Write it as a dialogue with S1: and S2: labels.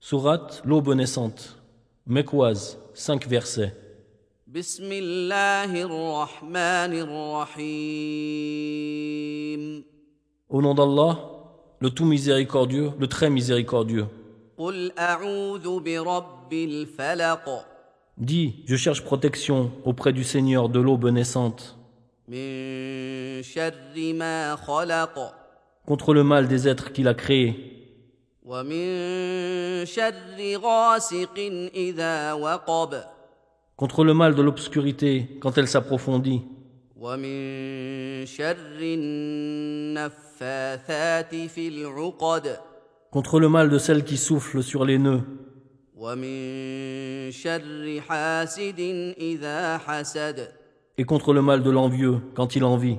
S1: Sourate L'aube naissante. Mekwaz, 5 versets.
S2: بسم الله الرحمن الرحيم
S1: Au nom d'Allah, le tout miséricordieux, le très miséricordieux.
S2: قل أعوذ برب الفلق
S1: Dis, je cherche protection auprès du Seigneur de l'aube naissante,
S2: من شر ما خلق
S1: contre le mal des êtres qu'il a créés,
S2: ومن شر غاسق إذا وقب
S1: contre le mal de l'obscurité quand elle s'approfondit,
S2: ومن شر النفاثات في العقد
S1: contre le mal de celle qui souffle sur les nœuds,
S2: ومن شر حاسد إذا حسد
S1: et contre le mal de l'envieux quand il envie.